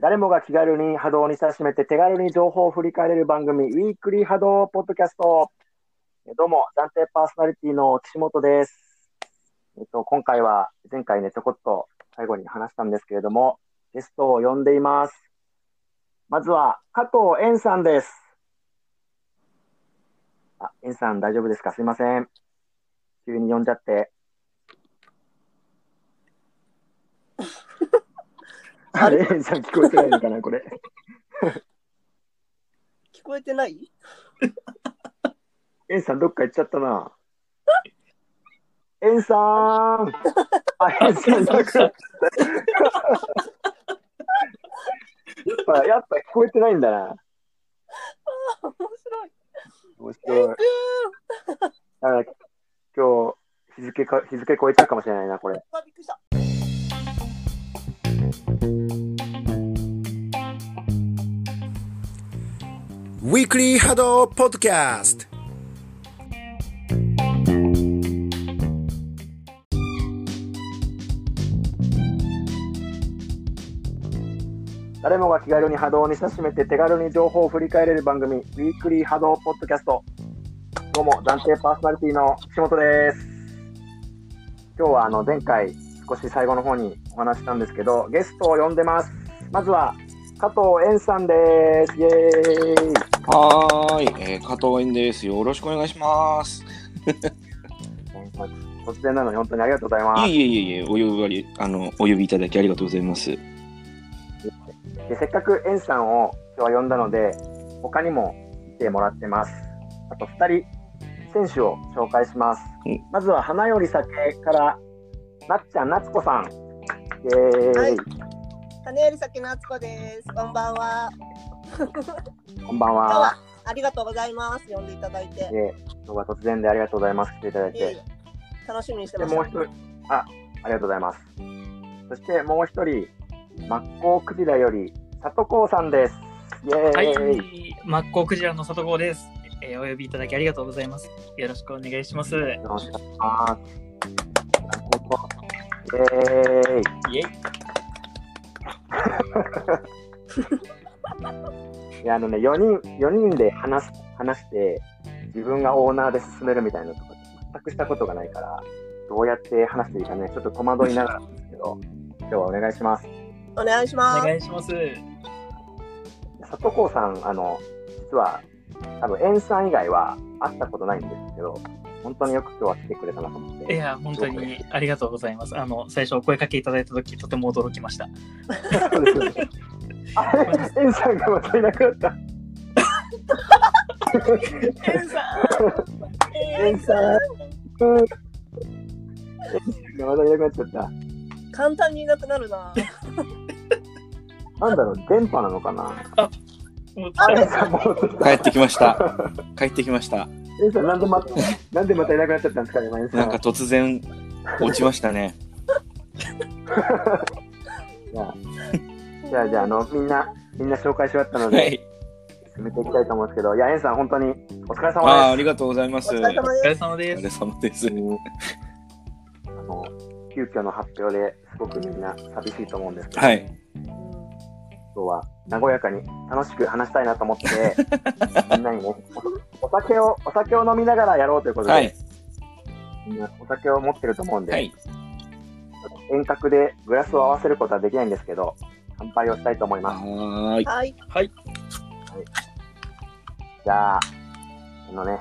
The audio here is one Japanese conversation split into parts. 誰もが気軽に波動に親しめて手軽に情報を振り返れる番組、ウィークリー波動ポッドキャスト。えどうも、暫定パーソナリティの岸本です。えっと、今回は、前回ね、ちょこっと最後に話したんですけれども、ゲストを呼んでいます。まずは、加藤円さんです。あ、円さん大丈夫ですかすいません。急に呼んじゃって。あ れ、円さん聞こえてないのかな、これ。聞こえてないエンさんどっか行っちゃったな。エンさー ん。あ、エンさんなくなった。やっぱ、やっぱ聞こえてないんだな。面白い。面白い。だから今日、日付か、日付超えちゃうかもしれないな、これ。あ、びっくりした。ウィークリー波動ポッドキャスト誰もが気軽に波動に親しめて手軽に情報を振り返れる番組、ウィークリー波動ポッドキャスト。どうも、暫定パーソナリティの岸本です。今日はあの前回、少し最後の方にお話ししたんですけど、ゲストを呼んでます。まずは、加藤円さんです。イエーイ。はーい、えー、加藤園です。よろしくお願いします。突然なのに本当にありがとうございまいえいえいえいえ、お呼ばれ、あの、お呼びいただきありがとうございます。す。でせっかく円さんを今日は呼んだので、他にも来てもらってます。あと2人、選手を紹介しますうん。まずは花より酒から、なっちゃんなつこさん。イエーイ。金より先のあつこです。こんばんは。こんばん今日はは。ありがとうございます。呼んでいただいて。えー今日は突然でありがとうございます。来ていただいいえいて。え楽しみにしてで、ましもうた一。人、あ、ありがとうございます。そしてもう一人、マッコウクジラより、里子さんです。イエーはいイ。、マッコウクジラの里郷です、えーお呼びいただきありがとうございます。よろしくお願いします。よろしくお願いします。なるほど。イエーイ。イエいやあのね、4人、四人で話す、話して、自分がオーナーで進めるみたいなとか、全くしたことがないから、どうやって話していいかね、ちょっと戸惑いながらなんですけど、今日はお願いします。お願いしおます。願いします。佐藤光さん、あの、実は、多分、円さん以外は会ったことないんですけど、本当によく今日は来てくれたなと思って。いや、本当にありがとうございます。あの、最初お声かけいただいたとき、とても驚きました。そうですよね。あれ、エンさんがまたいなくなった。エンさん。エンさん。うんエンさんがまたいなくなっちゃった。ん。簡単にいなくなるな。なんだろう、電波なのかな。もうあエンさん戻ってき帰た。ってきました。 帰ってきました。エンさん、なんでま、なんでまたいなくなっちゃったんですかね、今エンさなんんか。突然、落ちましたね。じゃあ、じゃあ、あの、みんな、みんな紹介し終わったのはで、い。進めていきたいと思うんですけど、いや、エンさん、本当にお疲れああー、様あでりがとうございます。お疲お疲れ様お疲でれ様です。れ様ですす。。うんあの、急遽の発表ですごくみんな寂しいと思うんですけど、はい。す。今日は和やかに楽しく話したいなと思って みんなにねおお酒をお酒を飲みながらやろうということで、はい。みんなお酒を持ってると思うんで、はい。遠隔でグラスを合わせることはできないんですけど乾杯をしたいと思いますはーい。はい。じゃああのね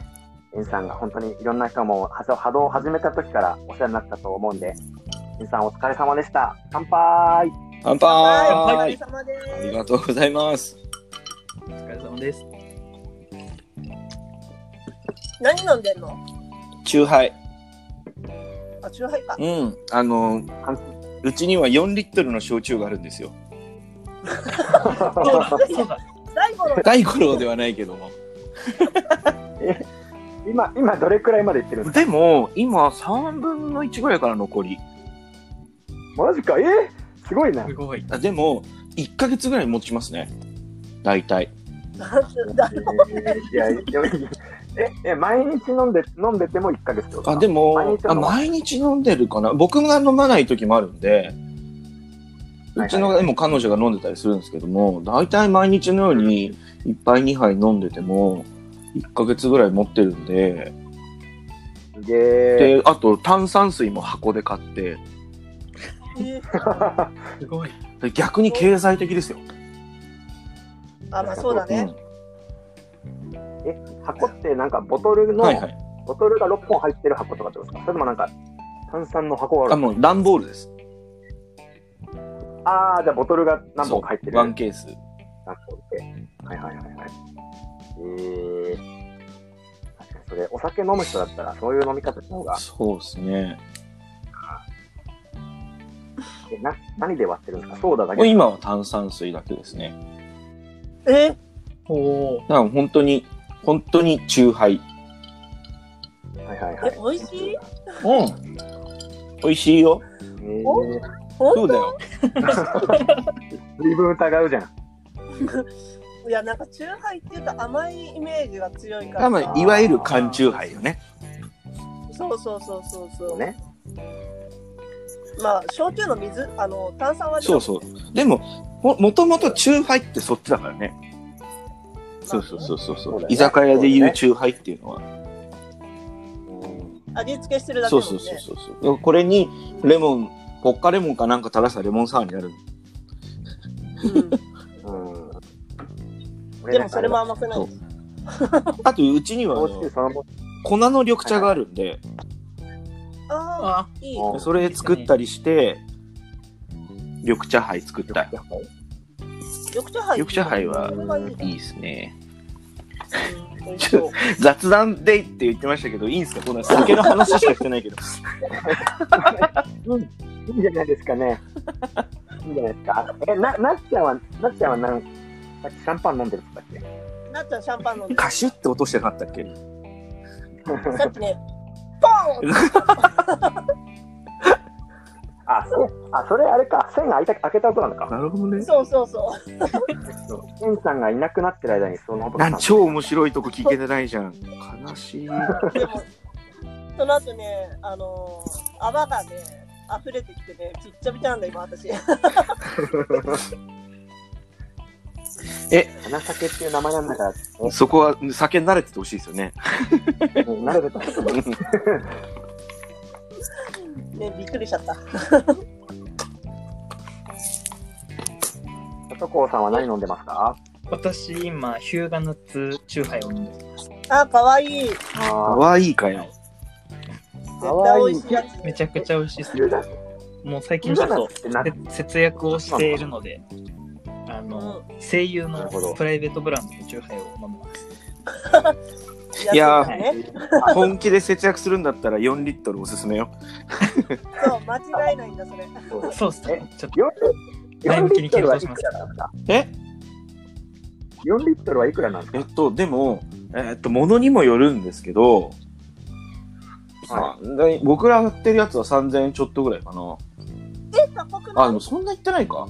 エンさんが本当にいろんな人も波動波動を始めた時からお世話になったと思うんでエンさんお疲れ様でした乾杯乾はい。お疲杯れ様でありす。がとうございます。お疲れ 様です。何飲んでんのチューハイ。あ、チューハイか。うん。あの、うちには4リットルの焼酎があるん ですよ。そうだ、最後の大五郎ではないけども。今今どれくらいまでいって るんですでも、今、3分の1ぐらいから残り。かマジかえーすごいなすごい。あでも、1ヶ月ぐらい持ちますね。大体。だ いや、いやえ、え、毎日飲んで、飲んでても1ヶ月とか。あ、でも、毎日飲むあ毎日飲んでるかな。僕が飲まない時もあるんで、はういちの、でも彼女が飲んでたりするんですけども、大体毎日のように1杯2杯飲んでても、1ヶ月ぐらい持ってるんで、すげえ。で、あと炭酸水も箱で買って、えーすごい。で逆に経済的ですよ。あ、まあそうだね。 箱ってなんかボトルうんの、はいはい。ボトルが6本入ってる箱とかってことですかそれともなんか炭酸の箱があ、あるもう段ボールです。あー、じゃあボトルが何本か入ってる。ワンケース。なるほどはいはいはいはい。えー、確かにそれ、お酒飲む人だったら、そういう飲み方の方が、そうですね。えな何で割ってるんですかソーダだもうけ今は炭酸水だけですね。えおお。だから本当に、本当に中杯。はいはいはい。え美味しいうん。美味しいよ。えおー、そうだよ。随分疑うじゃん。いや、なんか、チューハイっていうと甘いイメージが強いから多さ。分、いわゆる缶中杯よね。そうそうそうそうそう。ね。まあ、焼酎の水、あの、炭酸割りそだうそう。でも、ももともと中杯ってそっちだからね。そうそうそうそう。そうだうよね居酒屋で言う中杯っていうのは。味付けしてるだけそだうもんそね。うそうそうそう。これに、レモン、ポッカレモンかなんか垂らしたらレモンサワーになる。うんうん。でもそれも甘くない。あと、うちにはあ俺なんかあれだ、焼酎そののも粉の緑茶があるんで、あああ、いい。のそれ作ったりして、緑茶杯作った。緑茶杯。緑茶杯はそれがいいね。いいですね。うん美味しそう雑談でいって言ってましたけど、いいんですかこんな酒の話しかしてないけど。いいんじゃないですかね。いいんじゃないですか。え、な、なっちゃんは、なっちゃんはなんさっきシャンパン飲んでるって言っなっちゃんシャンパン飲んで。 カシュって落としてなかったっけさっきね、ポーンたっけあ、そう。あ、それあれか。線が開いた開けた音なのか。なるほどね。そうそうそ線さんがいなくなってる間にその音がなしたんの超面白いとこ聞けてないじゃん。悲しい。う。でも、その後ね、あのー、泡がね、溢れてきてね、ちっちゃびちゃなんだ今私。 花酒っていう名前なんだから、そこは酒に慣れててほしいですよね。もう慣れてた。ね、びっくりしちゃった。佐藤光さんは何飲んでますか私、今、ヒューガナッツチューハイを飲んでます。あ、かわいい。絶かあわいいかよ。対美味しいやつ。めちゃくゃ。ちゃ美味しいです。ー、もう最近金ちだょっなとってなせ節約をしているので、あの、声優なるのほどプライベートブランドのチューハイを飲みます。いやーそうだね。本気で節約するんだったら4リットルおすすめよ。そう、間違いないんだ、それ。そうですそうですね。ちょっと4前向リきッにトル検はい討くしますらなんですかえ ?4 リットルはいくらなんですえっと、でも、えっと、ものにもよるんですけど、はさんで僕ら売ってるやつは3000円ちょっとぐらいかな。え、高くあ、なでいもそんな言ってないか。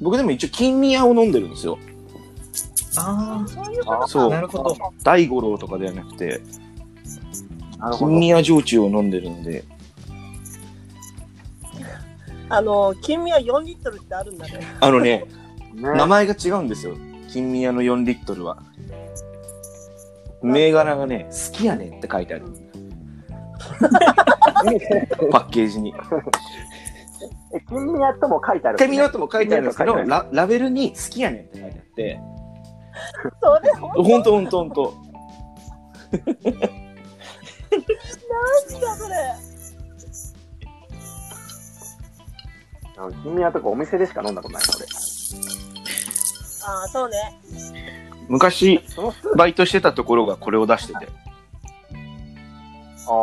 僕でも一応、金宮を飲んでるんですよ。あそういうこかとそうなるほど大五郎とかではなくて、なるほ金ど。宮焼酎を飲んでるので、あの、金味は4リットルってあるんだ ね。あのね、名ね、前が違うんですよ。金宮の4リットルは。銘柄がね、好きやねんって書いてある。パッケージに。え、金宮とも書いてある。手見のとも書いてあるんですけど、金宮と書いてあララベルに好きやねんって書いてあって、それ、ほんほんとほんとほんと。とだ、それ。るうん金宮とかお店でしか飲んだことないので。あー、そうね。昔、そのスバイトしてたところがこれを出してて、あ何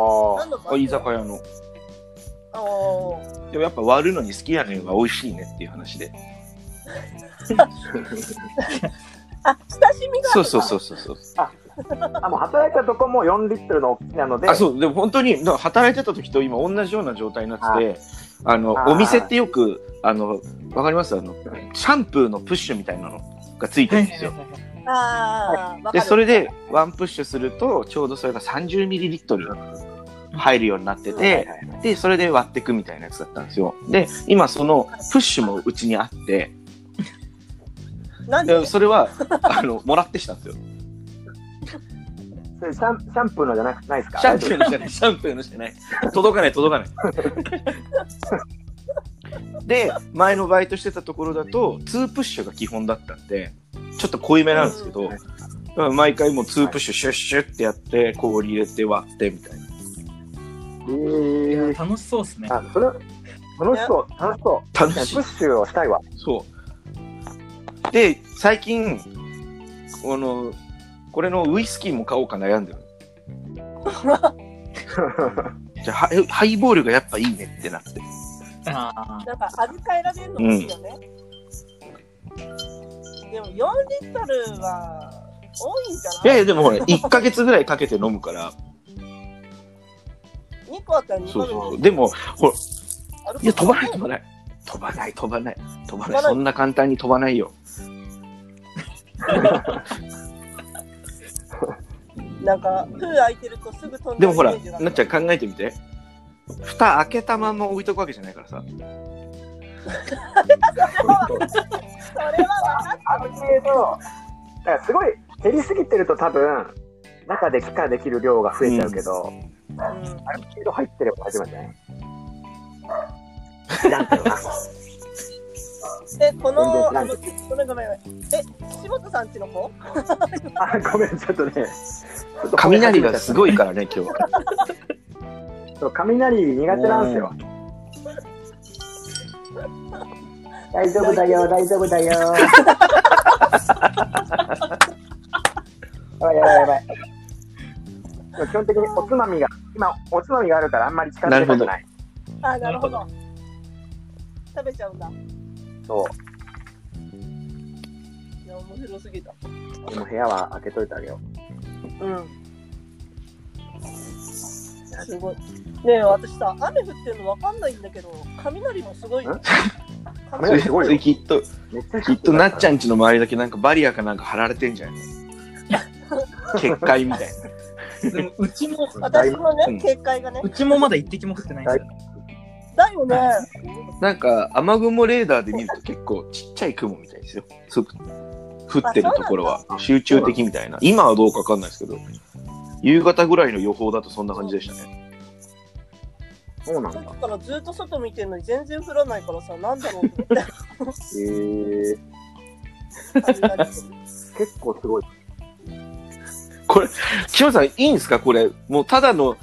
のあ居酒屋の。屋。おーでもやっぱ割るのに好きやねんが美味しいねっていう話で。あ、親しみがあるそうそうそうそうそう。あ。あ、もう働いたとこも4リットルの大きなので。あそうでも本当にだから働いてた時と今同じような状態になっててあのあーお店ってよくあのわかりますあのシャンプーのプッシュみたいなのがついてるんですよ。う。ああ、わかでるそれでワンプッシュするとちょうどそれが3 0ミリリットル入るようになってて、で、それで割っていくみたいなやつだったんですよ。で、今そのプッシュもうちにあって、なんででそれは、あの、もらってしたんですよ。それシャンシャンプーのじゃなくないですかシャンプーのしてない、シャンプーのしてない。届かない、届かない。で、前のバイトしてたところだと、2プッシュが基本だったんで、ちょっと濃いめなんですけど、だから毎回もう2プッシュ、シュッシュってやって、氷入れて割ってみたいな。えいやー、楽しそうですね。あそれ楽しそう楽しそう楽確かにしいプッ。シュをしたいわそう。で、最近、この、これのウイスキーも買おうか悩んでる。じゃあハイ、ハイボールがやっぱいいねってなって。ああ、なんか味変えられるのもいいよね、でも4リットルは多いんじゃいなやいいや、でもほら、1ヶ月ぐらいかけて飲むから、 2個あったら2そ個うそうそう。ででも、ほら、あるいや、飛ばない、飛ばない。飛ばない、飛ばない。飛ば飛ばない。ないそんな簡単に飛ばないよ。なんか封開いてるとすぐ飛んででもるほら、イメージがあるなっちゃん考えてみて。蓋開けたまんま置いとくわけじゃないからさ。それは分かっある程度だからすごい減りすぎてると多分中で気化できる量が増えちゃうけど、た、うんある程度入ってれば大丈夫じゃない知らんけどなえ、この、あ全然知らんの、ごめんごめん。え、岸本さんちの子あごめんちょっとねちょっと雷がすごいからね、今日。そう雷苦手なんですよ大丈夫だよ大丈夫 だよやばいやばいやばいでも基本的におつまみが今おつまみがあるからあんまり近づけたくないあ、なるほなど。食べちゃうんだ。そいや、面白すぎた。うでも部屋は開けといてあげようん。すごい。ねえ、私さ、雨降ってるの分かんないんだけど、雷もすごいよん。雷雷すごいよきっと、うめっちゃきっとなっちゃゃんちの周りだけなんかバリアかなんか張られてんじゃん。 結界みたいでもうちも、私のうんね、警戒がねう。ちもまだ一滴も食ってないんですよ。だよね。な。なんか雨雲レーダーで見ると結構ちっちゃい雲みたいですよ。すぐ降ってるところは集中的みたいな。今はどうかわかんないですけど、夕方ぐらいの予報だとそんな感じでしたね。そうなんさっだきからずっと外見てるのに全然降らないからさ、なんだろうと思ってへえ雷。結構すごいこれ、清水さんいいんですかこれ、もうた だの、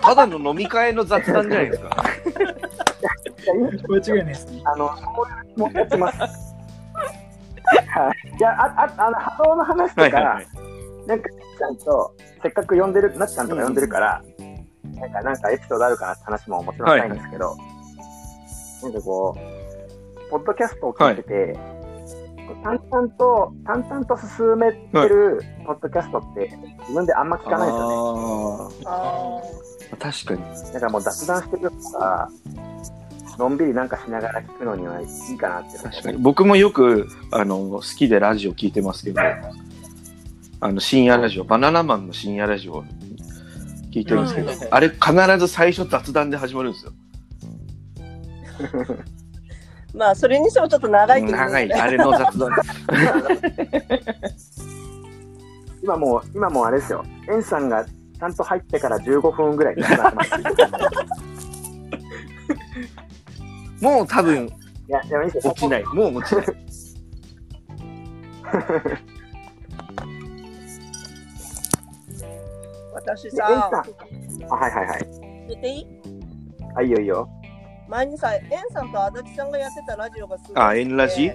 ただの飲み会の雑談じゃないですか。いやいい間違いないですね。あの、そういう持ってきます。はいいや、あ、あ、あの、波動の話とか、はいはいはい。なんか、ちゃんと、せっかく呼んでる、なっちゃんとか呼んでるから、なんか、なんかエピソードあるかなって話ももちろんしたいんですけど、なんかこう、ポッドキャストを聞いてて、淡々と、淡々と進めてるポッドキャストって、自分であんま聞かないですよね。ああー確かに。だからもう雑談してるから、のんびりなんかしながら聞くのにはいいかなって。確かに僕もよくあの好きでラジオ聞いてますけどあの深夜ラジオバナナマンの深夜ラジオ聞いてるんですけど、うんあれ必ず最初雑談で始まるんですよ ーまあ、それにしてもちょっと長いけどね長いあれの雑 談今もう、今もうあれですよ。エンさんがちゃんと入ってから15分ぐらいなくなってます。いもう多分や、でもいいですよ落ちないもう落 ちない私エンささ、ん。あ、はいはいはい。寝ていいあ、いいよいいよ。前にさ、エンさんと足立さんがやってたラジオがすごい。あエンラジ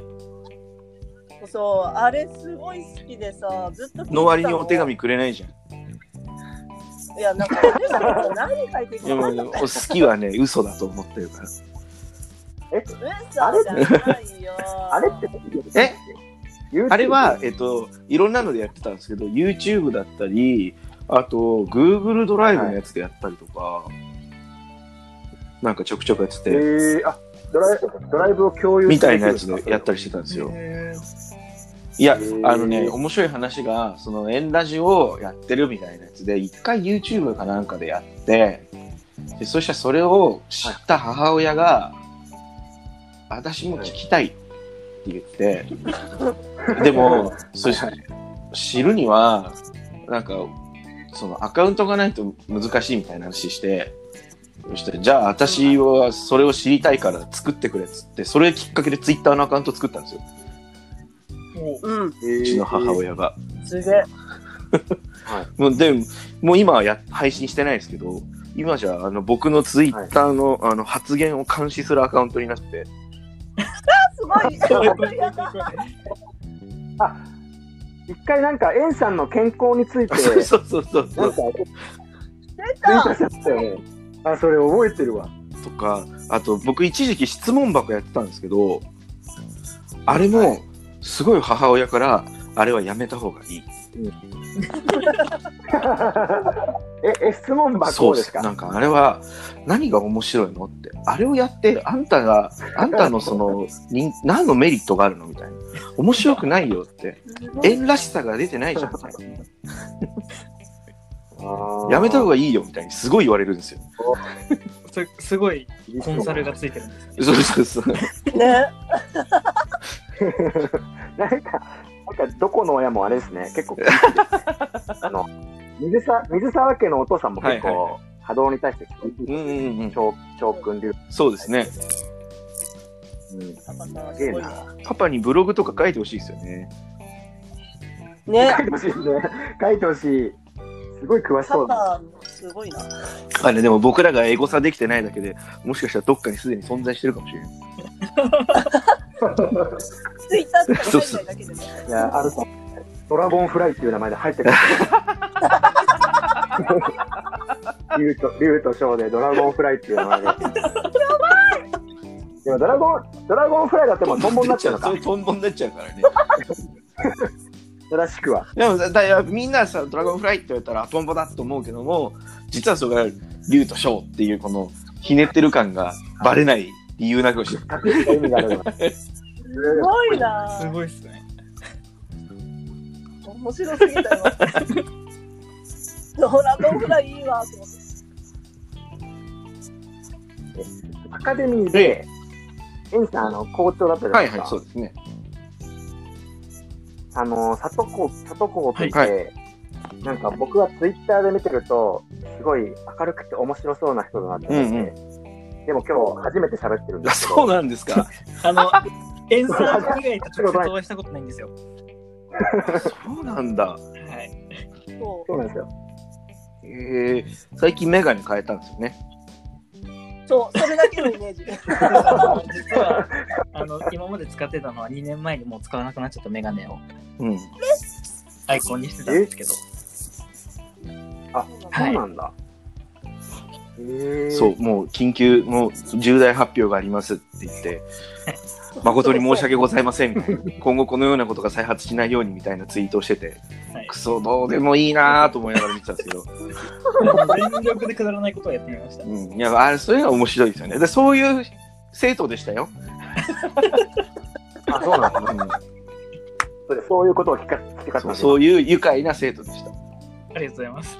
そう、あれすごい好きでさ、ずっと聞いてたの割にお手。紙くれないじゃんいや、なんか、お手紙って何書いてるでのもウエお好きはね嘘だと思って るからさんじゃないよ。あれって、え YouTube？あれは、えっと、いろんなのでやってたんですけど YouTube だったりあと Google ドライブのやつでやったりとか、なんかちょくちょくやってえて、ー、あ、ドライドライブを共有みたいなやつでやったり。りしてたんですよ。へーいや、へーあのね、面白い話が、その、円ラジをやってるみたいなやつで、一回 YouTube かなんかでやって、でそしたらそれを知った母親が、私も聞きたいって言って、でも、それ知るには、なんか、そのアカウントがないと難しいみたいな話して、そしたら、じゃあ私はそれを知りたいから作ってくれっつって、それきっかけで Twitter のアカウント作ったんですよ、うん。うちの母親が。すげえ。もうでももう今はや配信してないですけど、今じゃあの僕のツイッターの,、あの発言を監視するアカウントになって、すご い。一回なんか、エンさんの健康について、 そうそうそうそうなそんうか、出ツイーたト。しちゃったよね。あ、それ覚えてるわ。 とか、あと僕一時期質問箱やってたんですけど、あれもすごい母親から、あれはやめた方がいい。え、え、質問そう箱ですかなんかあれは何が面白いのって、あれをやって、あんたが、あんたのそ の、人何のメリットがあるのみたいな。面白くないよって。縁らしさが出てないじゃんみたいな。やめた方ががいいよみたいにすごい言われるんですよ。すすごいコンサルがついてるんですね。そうそうそう。 ね。 なんか、なんかどこの親もあれです ね、結構、あの水沢水沢家のお父さんも結構、はいは波動に対して、うんうんうん。長長君流、そうですね。うん、パパさんはすげすえごいな。パパにブログとか書いてほしいですよね。ね書。いてほしいね、書いてほしい、すごい詳しパそうだ。パすごいな。あれでも僕らがエゴサできてないだけで、もしかしたらどっかにすでに存在してるかもしれない。ツイッターとかに入んないだけでね。いや、あると、ドラゴンフライっていう名前で入 ってくる。竜と竜と翔でドラゴンフライっていう名前で。やばいでもドラゴン、ドラゴンフライだってもうトンボになっちゃうのかそ、うトンボになっちゃうからね。正しくは。でもだだみんなさ、ドラゴンフライって言われたらトンボだと思うけども、実はそれが竜と翔っていうこのひねってる感がバレない理由なくしてる。隠した意味があるの。すごいすな。ごいっすね。面白すぎたよ。ドラゴンフライいいわと思って。アカデミーで、エンさん、あの、校長だったじゃなはいいですはか。い、そうですね。あの、里子、里子を見て、はなんか僕はツイッターで見てると、すごい明るくて面白そうな人だなって思って、うんうでも今日初めて喋ってるんであすけそうど、なんですか。あ の、演奏以外と直接お会いしたことないんですよ。 そうなんだ。はい。そそうなんですよ。えー、最近メガネ変えたんですよね。う、そう、それだけのイメージ。実は、あの、今まで使ってたのは2年前にもう使わなくなっちゃったメガネをうん。アイコンにしてたんですけど、そはういなんだ。へーそう、もう緊急、もう重大発表がありますって言 って、誠に申し訳ございませんみたいな、今後このようなことが再発しないようにみたいなツイートをしてて、はいクソ、どうでもいいなぁと思いながら見てたんですけど、全力でくだらないことをやってみました。うん、いや、あれ、そういうのは面白いですよね。で、そういう生徒でしたよ。 あ、そうなんだ。うそれそういうことを聞か聞きん、方そうそういう愉快な生徒でした。いありがとうございます。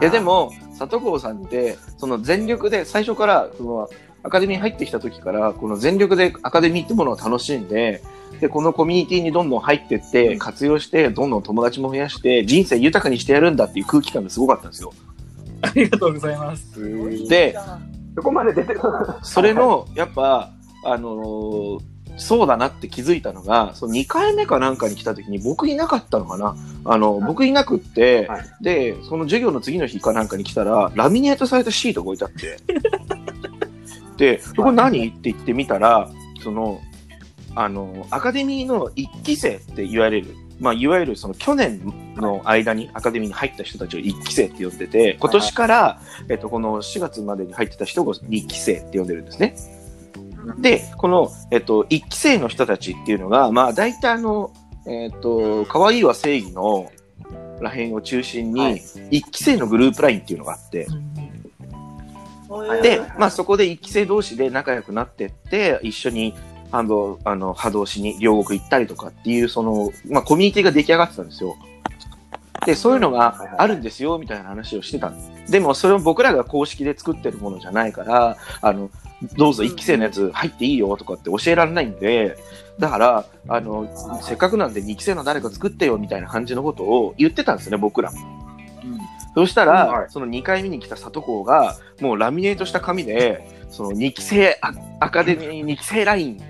いや、で、も、里郷さんって、その全力で、最初から、その、アカデミーに入ってきた時から、この全力でアカデミーってものを楽しんで、で、このコミュニティにどんどん入ってって、活用して、どんどん友達も増やして、人生豊かにしてやるんだっていう空気感がすごかったんですよ。ありがとうございます。で、そこまで出てる。それの、やっぱ、あのーそうだなって気づいたのが、その2回目かなんかに来た時に僕いなかったのかなあの、僕いなくって、はいで、その授業の次の日かなんかに来たら、ラミネートされたシートが置いて あって、で、これ何って言ってみたら、その、あの、アカデミーの一期生って言われる、まあ、いわゆるその去年の間にアカデミーに入った人たちを一期生って呼んでて、今年から、えっと、この4月までに入ってた人を二期生って呼んでるんですね。で、この、えっと、一期生の人たちっていうのが、まあ、大体あの、えっと、可愛いは正義のらへんを中心はにい、一期生のグループラインっていうのがあって、そういうで、まあ、そこで一期生同士で仲良くなってって一緒に波動、あの、波動しに両国行ったりとかっていう、その、まあ、コミュニティが出来上がってたんですよ。で、そういうのはいはいがあるんですよ、みたいな話をしてたんです。でも、それを僕らが公式で作ってるものじゃないから、あの、どうぞうん1期生のやつ入っていいよとかって教えられないんで、だから、あの、せっかくなんで2期生の誰か作ってよ、みたいな感じのことを言ってたんですね、僕らも。そしたら、はいその2回見に来た里子が、もうラミネートした紙で、その2期生アアカデ ミー2期生ライン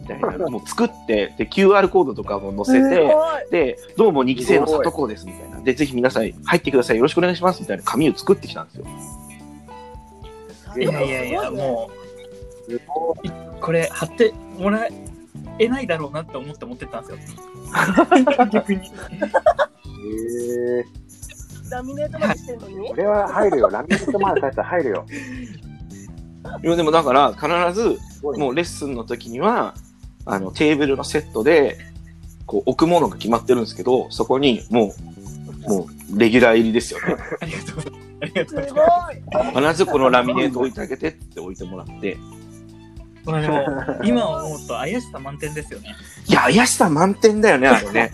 みたいな、もう作って、で、QR コードとかも載せすて、ごい。で、どうも2期生の里子ですみたいな。で、ぜひ皆さん入ってください。よろしくお願いしますみたいな紙を作ってきたんですよ。いやいやいや、すごねも、すごいうこれ、貼ってもらえないだろうなって思って持ってったんですよ。 逆に。えーラミネートまでしてんのにこ。れは入るよ。ラミネットまで帰ったら入るよ。いやでもだから、必ず、すごいねもうレッスンの時には、あの、テーブルのセットで、こう、置くものが決まってるんですけど、そこに、もう、もう、レギュラー入りですよね。ありがとうございます。ありがとすうごございいま。必ずこのラミネート置いてあげてって置いてもらって、す。これでも、今思うと怪しさ満点ですよね。いや、怪しさ満点だよね、あれね。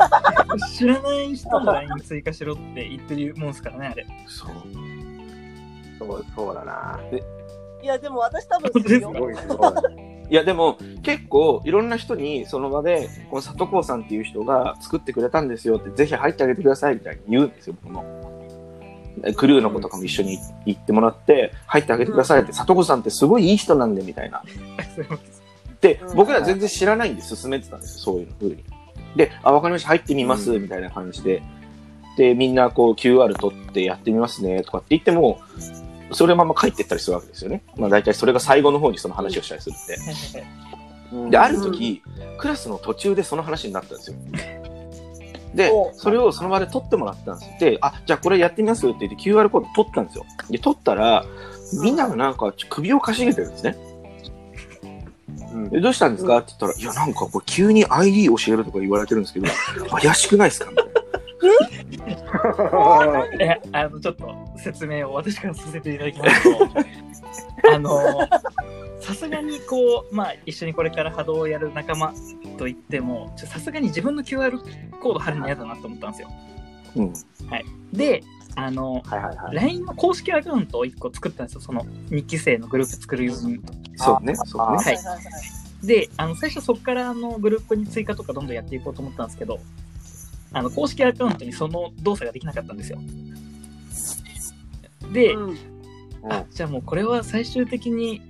知らない人の LINE 追加しろって言ってるもんですからね、あれ。 そう。そうそうだな。いや、でも私多分するよす。ごいすごい。いや、でも、結構、いろんな人に、その場で、この里子さんっていう人が作ってくれたんですよって、ぜひ入ってあげてくださいみたいに言うんですよ、僕も。クルーの子とかも一緒に行ってもらって、入ってあげてくださいって、里子さんってすごいいい人なんで、みたいな。ありがとうございますでうん、僕ら全然知らないんで進めてたんですよ、そういうふうに。で、あ、わかりました、入ってみます、みたいな感じで。で、みんなこう QR 取ってやってみますね、とかって言っても、それまま帰ってったりするわけですよね。まあ大体それが最後の方にその話をしたりするんで。で、ある時、クラスの途中でその話になったんですよ。でお、それをその場で取ってもらったんですよ。で、あ、じゃあこれやってみますって言って QR コード取ったんですよ。で、取ったら、 みんながなんか首をかしげてるんですね。うんえどうしたんですかって言ったら、いや、なんかこれ急に ID 教えるとか言われてるんですけど、怪しくないですかみたいな。え、あの、ちょっと説明を私からさせていただきますと、あの、さすがにこう、まあ、一緒にこれから波動をやる仲間といっても、ちょさすがに自分の QR コード貼るの嫌だなと思ったんですよ。うん。で、あの、はいはいはい。 LINE の公式アカウントを1個作ったんですよ、その2期生のグループ作る用に。そうね、そうね。はいで、あの最初そこからあのグループに追加とかどんどんやっていこうと思ったんですけど、あの公式アカウントにその動作ができなかったんですよ。で、うんあじゃあもうこれは最終的に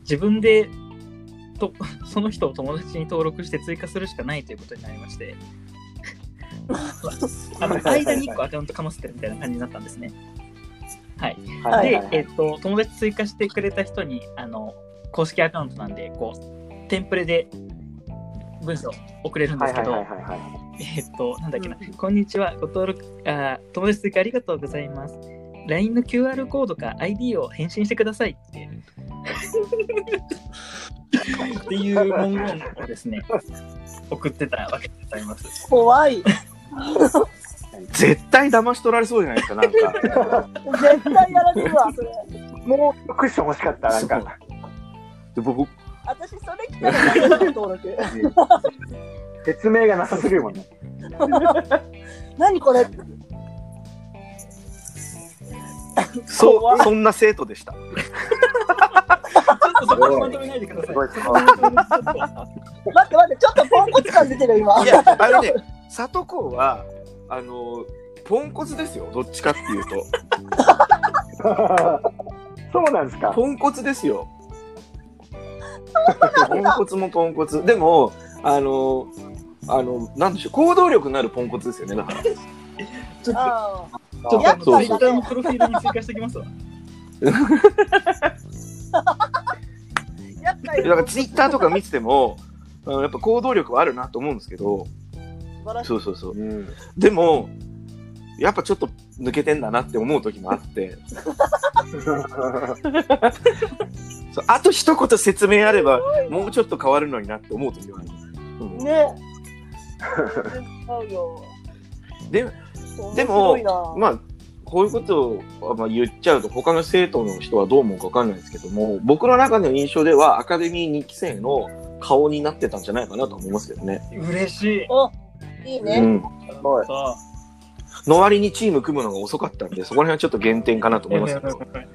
自分でと その人を友達に登録して追加するしかないということになり まして、あの間に1個アカウントかませてるみたいな感じになったんですね。はい。はいはいでは、いえっと、友達追加してくれた人に、あの、公式アカウントなんで、こう、テンプレで文章送れるんですけど、はいはいはいはいはい。えっと、なんだっけな、うんこんにちは、ご登録、あー友達追加ありがとうございます。LINE の QR コードか ID を返信してくださいって。っていう文言をですね、送ってたわけでございます。怖い。絶対騙し取られそうじゃないですか、なん か。絶対やらすわ、それ。もうクッション欲しかった、なんか。で僕、私、それ来たら何だろう登録。 説明がなさすぎるもんね。何これそ怖う、そんな生徒でした。ちょっとそこはまとめないでくださす い。ごいすごい。待って待って、ちょっとポンコツ感出てる、今。いや、あれね、里子は、あの、ポンコツですよ、どっちかっていうと。そうなんですか。ポンコツですよ。ポンコツもポンコツ。でも、あの、あの、なんでしょう、行動力のあるポンコツですよね、だから。ちょっとああちょっとあのそうそう Twitter のプロフィールに追加しておきますわ。厄介だからツイッターとか見てても、あのやっぱ行動力はあるなと思うんですけど、素晴らしい。そうそうそう。うん。でも、やっぱちょっと抜けてんだなって思う時もあって、そうあと一言説明あれば、もうちょっと変わるのになって思う時はある。うんね。違うよ。で でも面白いなまあ、こういうことをまあ言っちゃうと、他の生徒の人はどう思うかわかんないですけども、僕の中の印象では、アカデミー2期生の顔になってたんじゃないかなと思いますけどね。嬉しい。おいいね、うん。ごいそうの割にチーム組むのが遅かったんで、そこら辺はちょっと減点かなと思いますけど。ちょっとね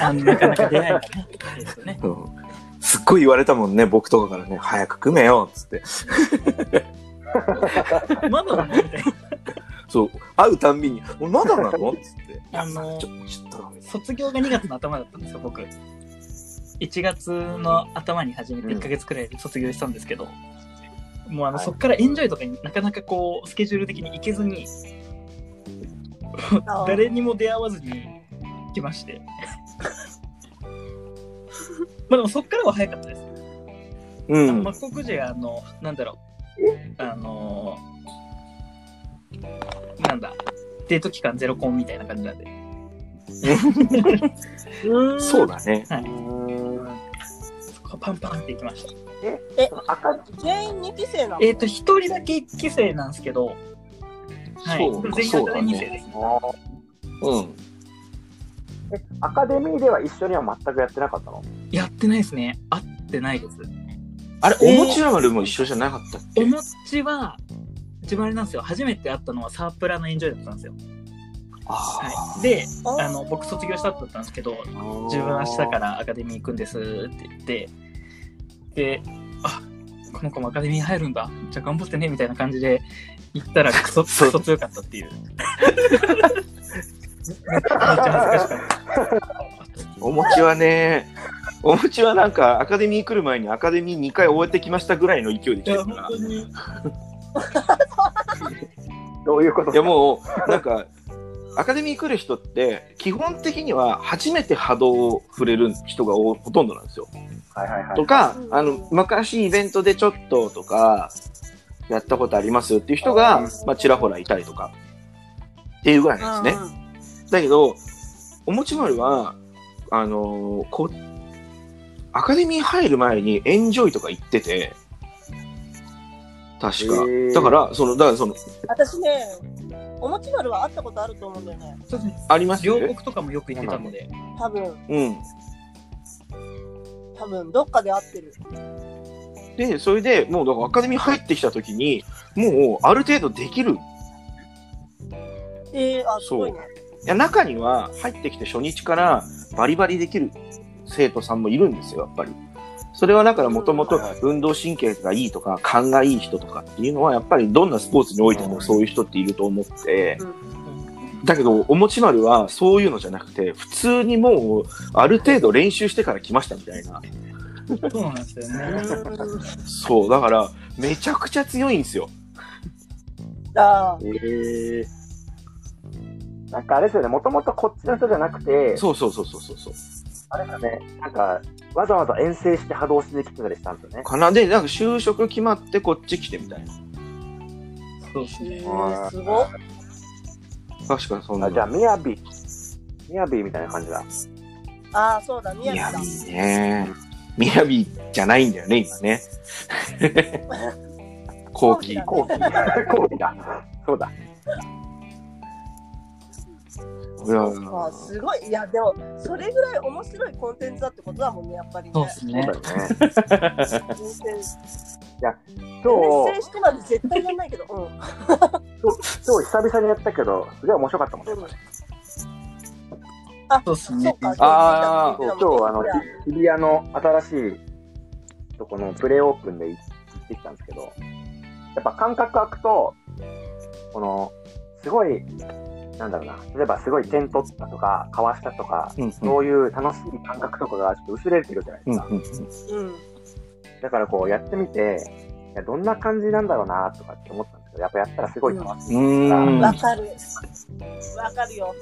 あのなかなか出ないからですよね。うんすっごい言われたもんね、僕とかからね、早く組めよ、っつって。まだだねみたいなそう、会うたんびに、おまだ なのっつって。あのちょちょっと待って卒業が2月の頭だったんですよ、僕。1月の頭に始めてうん1ヶ月くらいで卒業したんですけど、もうあの、そっからエンジョイとかになかなかこう、スケジュール的に行けずに、あー誰にも出会わずに来 まして。まあでもそっからは早かったです。うあのんマ。ッコウクジラあの、なんだろう、あのー、なんだ、デート期間ゼロコンみたいな感じなんで。うーんそうだね。はうい、ーんそこパンパンっていきました。赤全員2期生なのえっ、と、一人だけ1期生なんですけど、はい、そう全員そう型だでね2世ですね。うん。えアカデミーでは一緒には全くやってなかったのやってないですね。会ってないです。あれ、えーおもちら丸も一緒じゃなかったっけおもちは、一番あれなんですよ。初めて会ったのはサープラのエンジョイだったんですよ。あはい、で、あーあの、僕卒業した後だったんですけど、ー自分明日からアカデミー行くんですって言って、で、あこの子もアカデミー入るんだ、じゃあ頑張ってねみたいな感じで行ったらクソ、クそうソ強かったっていう。めっちゃ恥ずかしかっおもちはね、おもちはなんかアカデミー来る前にアカデミー2回終えてきましたぐらいの勢いで来た。てたから。に。どういうこといやもう、なんか、アカデミー来る人って、基本的には初めて波動を触れる人がほとんどなんですよ。はいはいはいとかう、んあの、昔イベントでちょっととか、やったことありますっていう人が、うんまあ、ちらほらいたりとか、っていうぐらいなんですね。だけど、おもちまるは、あのーこアカデミー入る前にエンジョイとか行ってて、確か。へーだから、その、だからその、私ねおもち丸は会ったことあると思うんだよねそうですねあります両国とかもよく行ってたので、多分うん。多分どっかで会ってるで、それでもう、だからアカデミー入ってきた時に、もう、ある程度できる。いえー、あすごいねや、中には、入ってきて初日からバリバリできる生徒さんもいるんですよ、やっぱり。それはだからもともと運動神経がいいとか勘がいい人とかっていうのはやっぱりどんなスポーツにおいてもそういう人っていると思って、だけどおもち丸はそういうのじゃなくて普通にもうある程度練習してから来ましたみたいなそうなんですようね。ーんそうだからめちゃくちゃ強いんですよあーへえなんかあれですよね、もともとこっちの人じゃなくて、そうそうそうそうそうそうあれだね、なんか、わざわざ遠征して波動しに来てたりしたんですよね。かなでなんか就職決まってこっち来てみたいなそうですえね。ー、すごっ確かそんなあじゃあ、みやび、みやびみたいな感じだ。ああそうだ宮みや城だびねみやびじゃないんだよね今ね 後期後期、後期だ。そうだ。いやあーすごいいやでもそれぐらい面白いコンテンツだってことだもんねやっぱりねそうですそうだねよ。ね。人生今遠日征、してまで絶対やんないけど、うん、今日久々にやったけど、すごい面白かったもんね。あそうですそねう。かあーそうそ今う日、かあの、ひ日比谷の新しいとこのプレイオープンで行ってきたんですけど、やっぱ感覚空くと、この、すごい、なんだろうな、例えばすごい点取ったとか、かわしたとか、うんうんそういう楽しい感覚とかがちょっと薄れてるじゃないですか。うんうんうんだからこうやってみて、いやどんな感じなんだろうなとかって思ったんですけど、やっぱやったらすごい楽しい。うんわかるわかるよ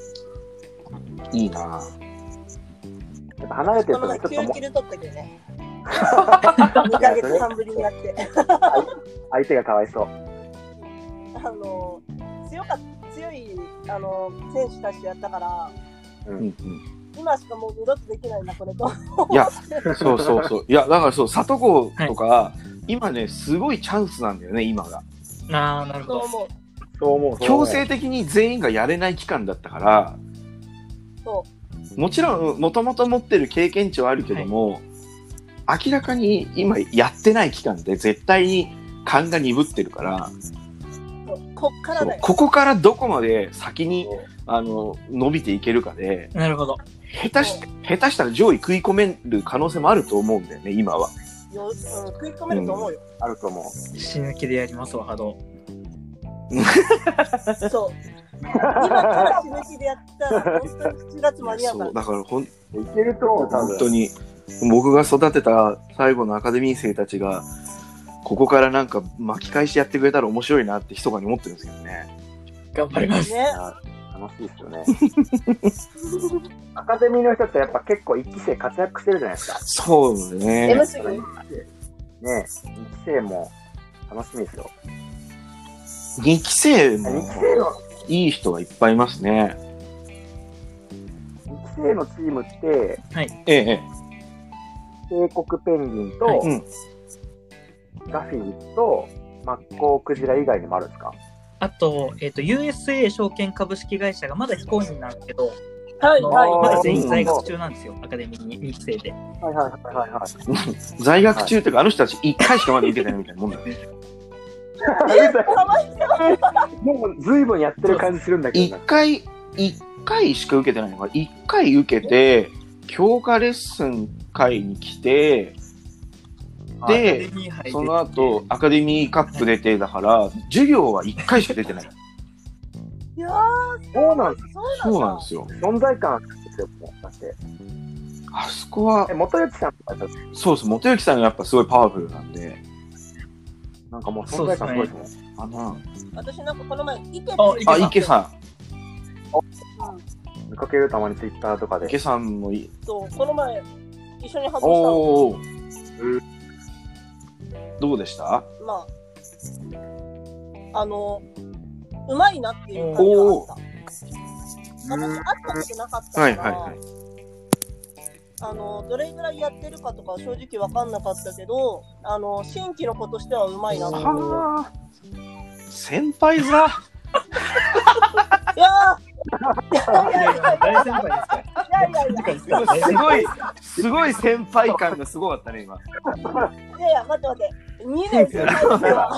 いいなやっぱ離れてこるのとね、前ちょっと急も切れ取ったけどね2ヶ月半ぶりにやって相手がかわいそう。あの強か強いあの選手たちとやったからうん今しかもう二度とできないなこれといや、そうそうそう。いや、だからそう、里子とか、今ね、すごいチャンスなんだよね、今が。ああ、なるほそう思ど。うそう思う。強制的に全員がやれない期間だったから、そもちろん、もともと持ってる経験値はあるけども、明らかに今やってない期間で絶対に勘が鈍ってるから、こっからだよ。ここからどこまで先にそうあの伸びていけるかで、なるほど。下手し下手したら上位食い込める可能性もあると思うんだよね、今は。ようん、食い込めると思うよ。あると思う。死ぬ気でやりますわ、波動。そう。今から死ぬ気でやったら、本当に7月間に合うかそうだからほんいけると思う、多本当分。に僕が育てた最後のアカデミー生たちがここからなんか巻き返してやってくれたら面白いなって密かに思ってるんですけどね。頑張りまらす。ね。楽しいですよね。 アカデミーの人ってやっぱ結構一期生活躍してるじゃないですか。そうね。 M すぎ。ねえ、二期生も楽しみですよ。 2期生二期も生の、いい人がいっぱいいますね。二期生のチームって、ええ。帝国ペンギンと、はいうん。ガフィーと、マッコウクジラ以外にもあるんですかあと、えっ、と、USA 証券株式会社がまだ非公認なんですけど、はい、まはい。だ全員在学中なんですよ、アカデミーに2期生で。はいはいはいはいはい。在学中というか、あの人たち1回しかまだ受けてないみたいなもんだよね。かわいい。もう随分やってる感じするんだけど1回、一回しか受けてないのが、1回受けて、強化レッスン会に来て、な。でアカデミー杯でその後、アカデミーカップ出てだから、授業は1回しか出てない。いやー、そうなんです。そそううななんんだで。すよ。存在感あるんですよ、もう。だって。あそこはえ、、元吉さんとかやったらそうです。元幸さんがやっぱすごいパワフルなんで、なんかもう存在感すごいですね。あの、私なんかこの前、池ってあ池あ、池ん。さ見かけるたまにツイッターとかん。で。池さんもいい。そう、この前、一緒に外したの。おー。どうでしたまあ、あの、うまいなっていう感じがあった。私、会ったことなかったから、はいはいはい。あの、どれぐらいやってるかとか正直わかんなかったけど、あの、新規の子としてはうまいなって思う。はあ先輩面いやいやいや大先輩ですから。ーいやいやいや、大先す輩ですごいすごい先輩感がすごかったね今いやいや、待って待って。2年生なんですよ。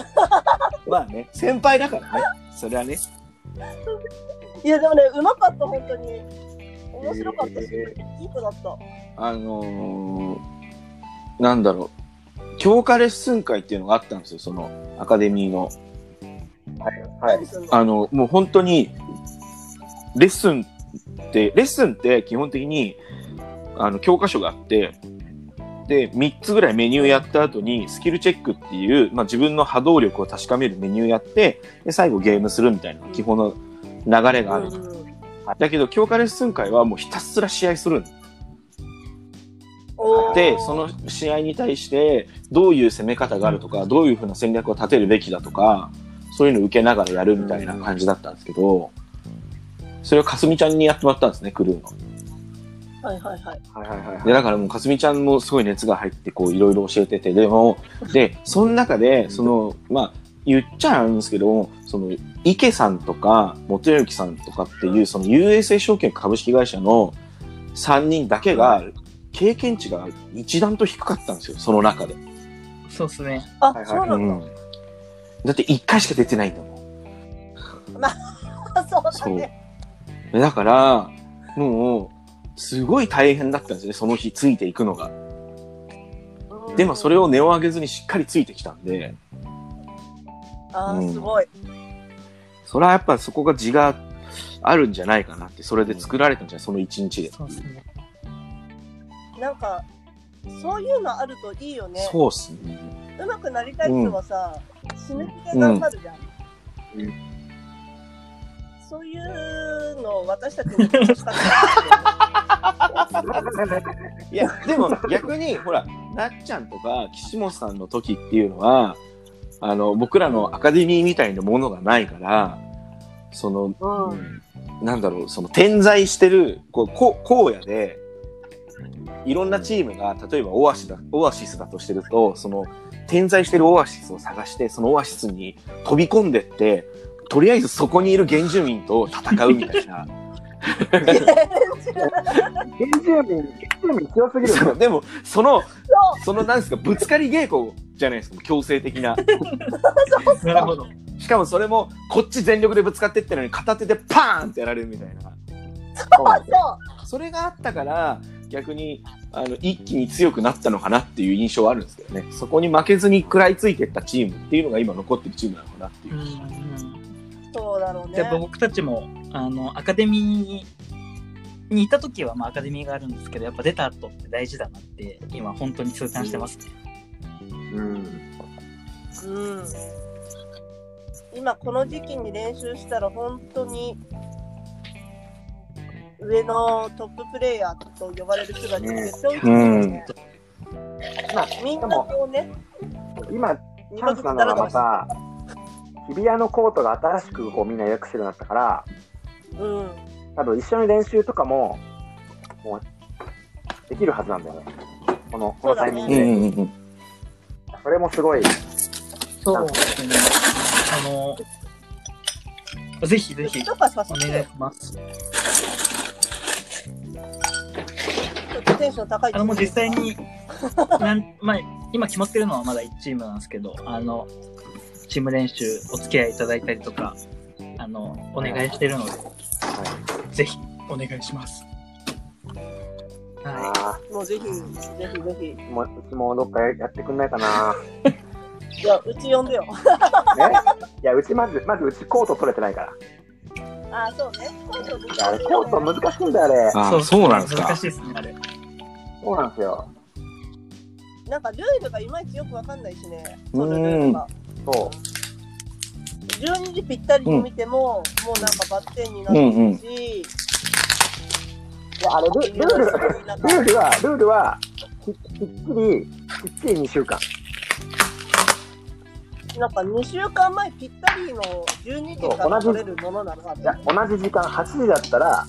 まあね先輩だからねそれはねいや、でもね、うまかった、本当に。面白かったし、えいい子だった。あのー、なんだろう強化レッスン会っていうのがあったんですよそのアカデミーのはい。何すんのあのもう本当にレッスンってレッスンって基本的にあの教科書があってで3つぐらいメニューやった後にスキルチェックっていう、まあ、自分の波動力を確かめるメニューやってで最後ゲームするみたいな基本の流れがある、うんだけど強化レッスン会はもうひたすら試合するんおーでその試合に対してどういう攻め方があるとかどういうふうな戦略を立てるべきだとかそういうのを受けながらやるみたいな感じだったんですけどそれをかすみちゃんにやってもらったんですねクルーの。はいはいはい。はいはいはいでだからもうかすみちゃんもすごい熱が入ってこういろいろ教えててでもでその中でそのまあ言っちゃうんですけどその池さんとか元之さんとかっていうその USA 証券株式会社の3人だけが経験値が一段と低かったんですよその中で。そうですね。あ、はいはいそうなんだ。だって1回しか出てないんだもん。そうだそうね。。だから、もう、すごい大変だったんですね、その日ついていくのが。うんでもそれを根を上げずにしっかりついてきたんで、あうーんすごい。それはやっぱそこが地があるんじゃないかなって、それで作られたんじゃないその1日で。そうですね。なんか、そういうのあるといいよね。そうっすね。うまくなりたい人はさ、死ぬ気で頑張るじゃん。うんそういうのを私たちに欲しかった いや、でも逆に、ほら、なっちゃんとか岸本さんの時っていうのは、あの、僕らのアカデミーみたいなものがないから、その、なって。なんだろう、その点在してる、こう、こう荒野で、いろんなチームが、例えばオアシスだオアシスだとしてると、その点在してるオアシスを探して、そのオアシスに飛び込んでって、とりあえずそこにいる原住民と戦うみたいな、原住民、原住民強すぎるんだそようでも、その、そのなんですか、ぶつかり稽古じゃないですか、強制的な。なるほど。しかもそれも、こっち全力でぶつかってってのに、片手でパーンってやられるみたいな。そう。それがあったから、逆に、あの、一気に強くなったのかなっていう印象はあるんですけどね。そこに負けずに食らいついてったチームっていうのが今残ってるチームなのかなっていうう。んそうだろうね。やっぱ僕たちもあのアカデミーにいた時はまあアカデミーがあるんですけどやっぱ出た後って大事だなって今本当に痛感してます、うん。うん。今この時期に練習したら本当に上のトッププレイヤーと呼ばれる人たちが絶対多いと思うね。まあ、みんなこうね、今、チャンスなのがまた、日比谷のコートが新しくこうみんな予約するようになったから、うん。多分一緒に練習とかも、もう、できるはずなんだよね。この、このタイミンうグんで。うんうん。それもすごい。そうですねあのぜひぜひとかさせおて願いしますちょっとテンション高いあのもう実際になん、まあ、今決まってるのはまだ1チームなんですけどあのチーム練習お付き合いいただいたりとかあのお願いしてるので、ぜひお願いしますはあもうぜひぜひぜあ、もう、うちもどっかやってくんないか な。ひいやうち呼んでよねいや、うちまず、まずうちコート取れてないから。あそうねコートいやあれコート難しいんだよ、あれ。いああ、そうなんです難かし。いですねあれそうなんですよ。なんかルールがいまいちよくわかんないしねうんそのルールがそ12時ぴったりに見ても、もうなんかバッテンになってるし、う。いや、あれ、ルルール、ルールは、ルールは、ききっちり、きっちり2週間。なんか2週間前ぴったりの12時から取れるものなのかいや同じ時間、8時だったら、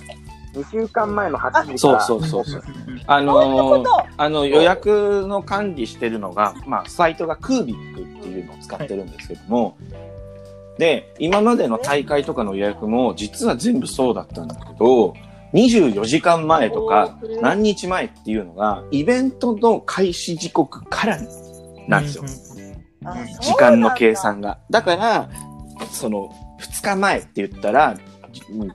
2週間前の8時から、そうそうそうそう。あそういのうーこあの予約の管理してるのが、まあ、サイトがクービックっていうのを使ってるんですけども、で、今までの大会とかの予約も、実は全部そうだったんだけど、24時間前とかおー、何日前っていうのが、イベントの開始時刻からなんですよ。とあそう時間の計算が。だから、その、2日前って言ったら、2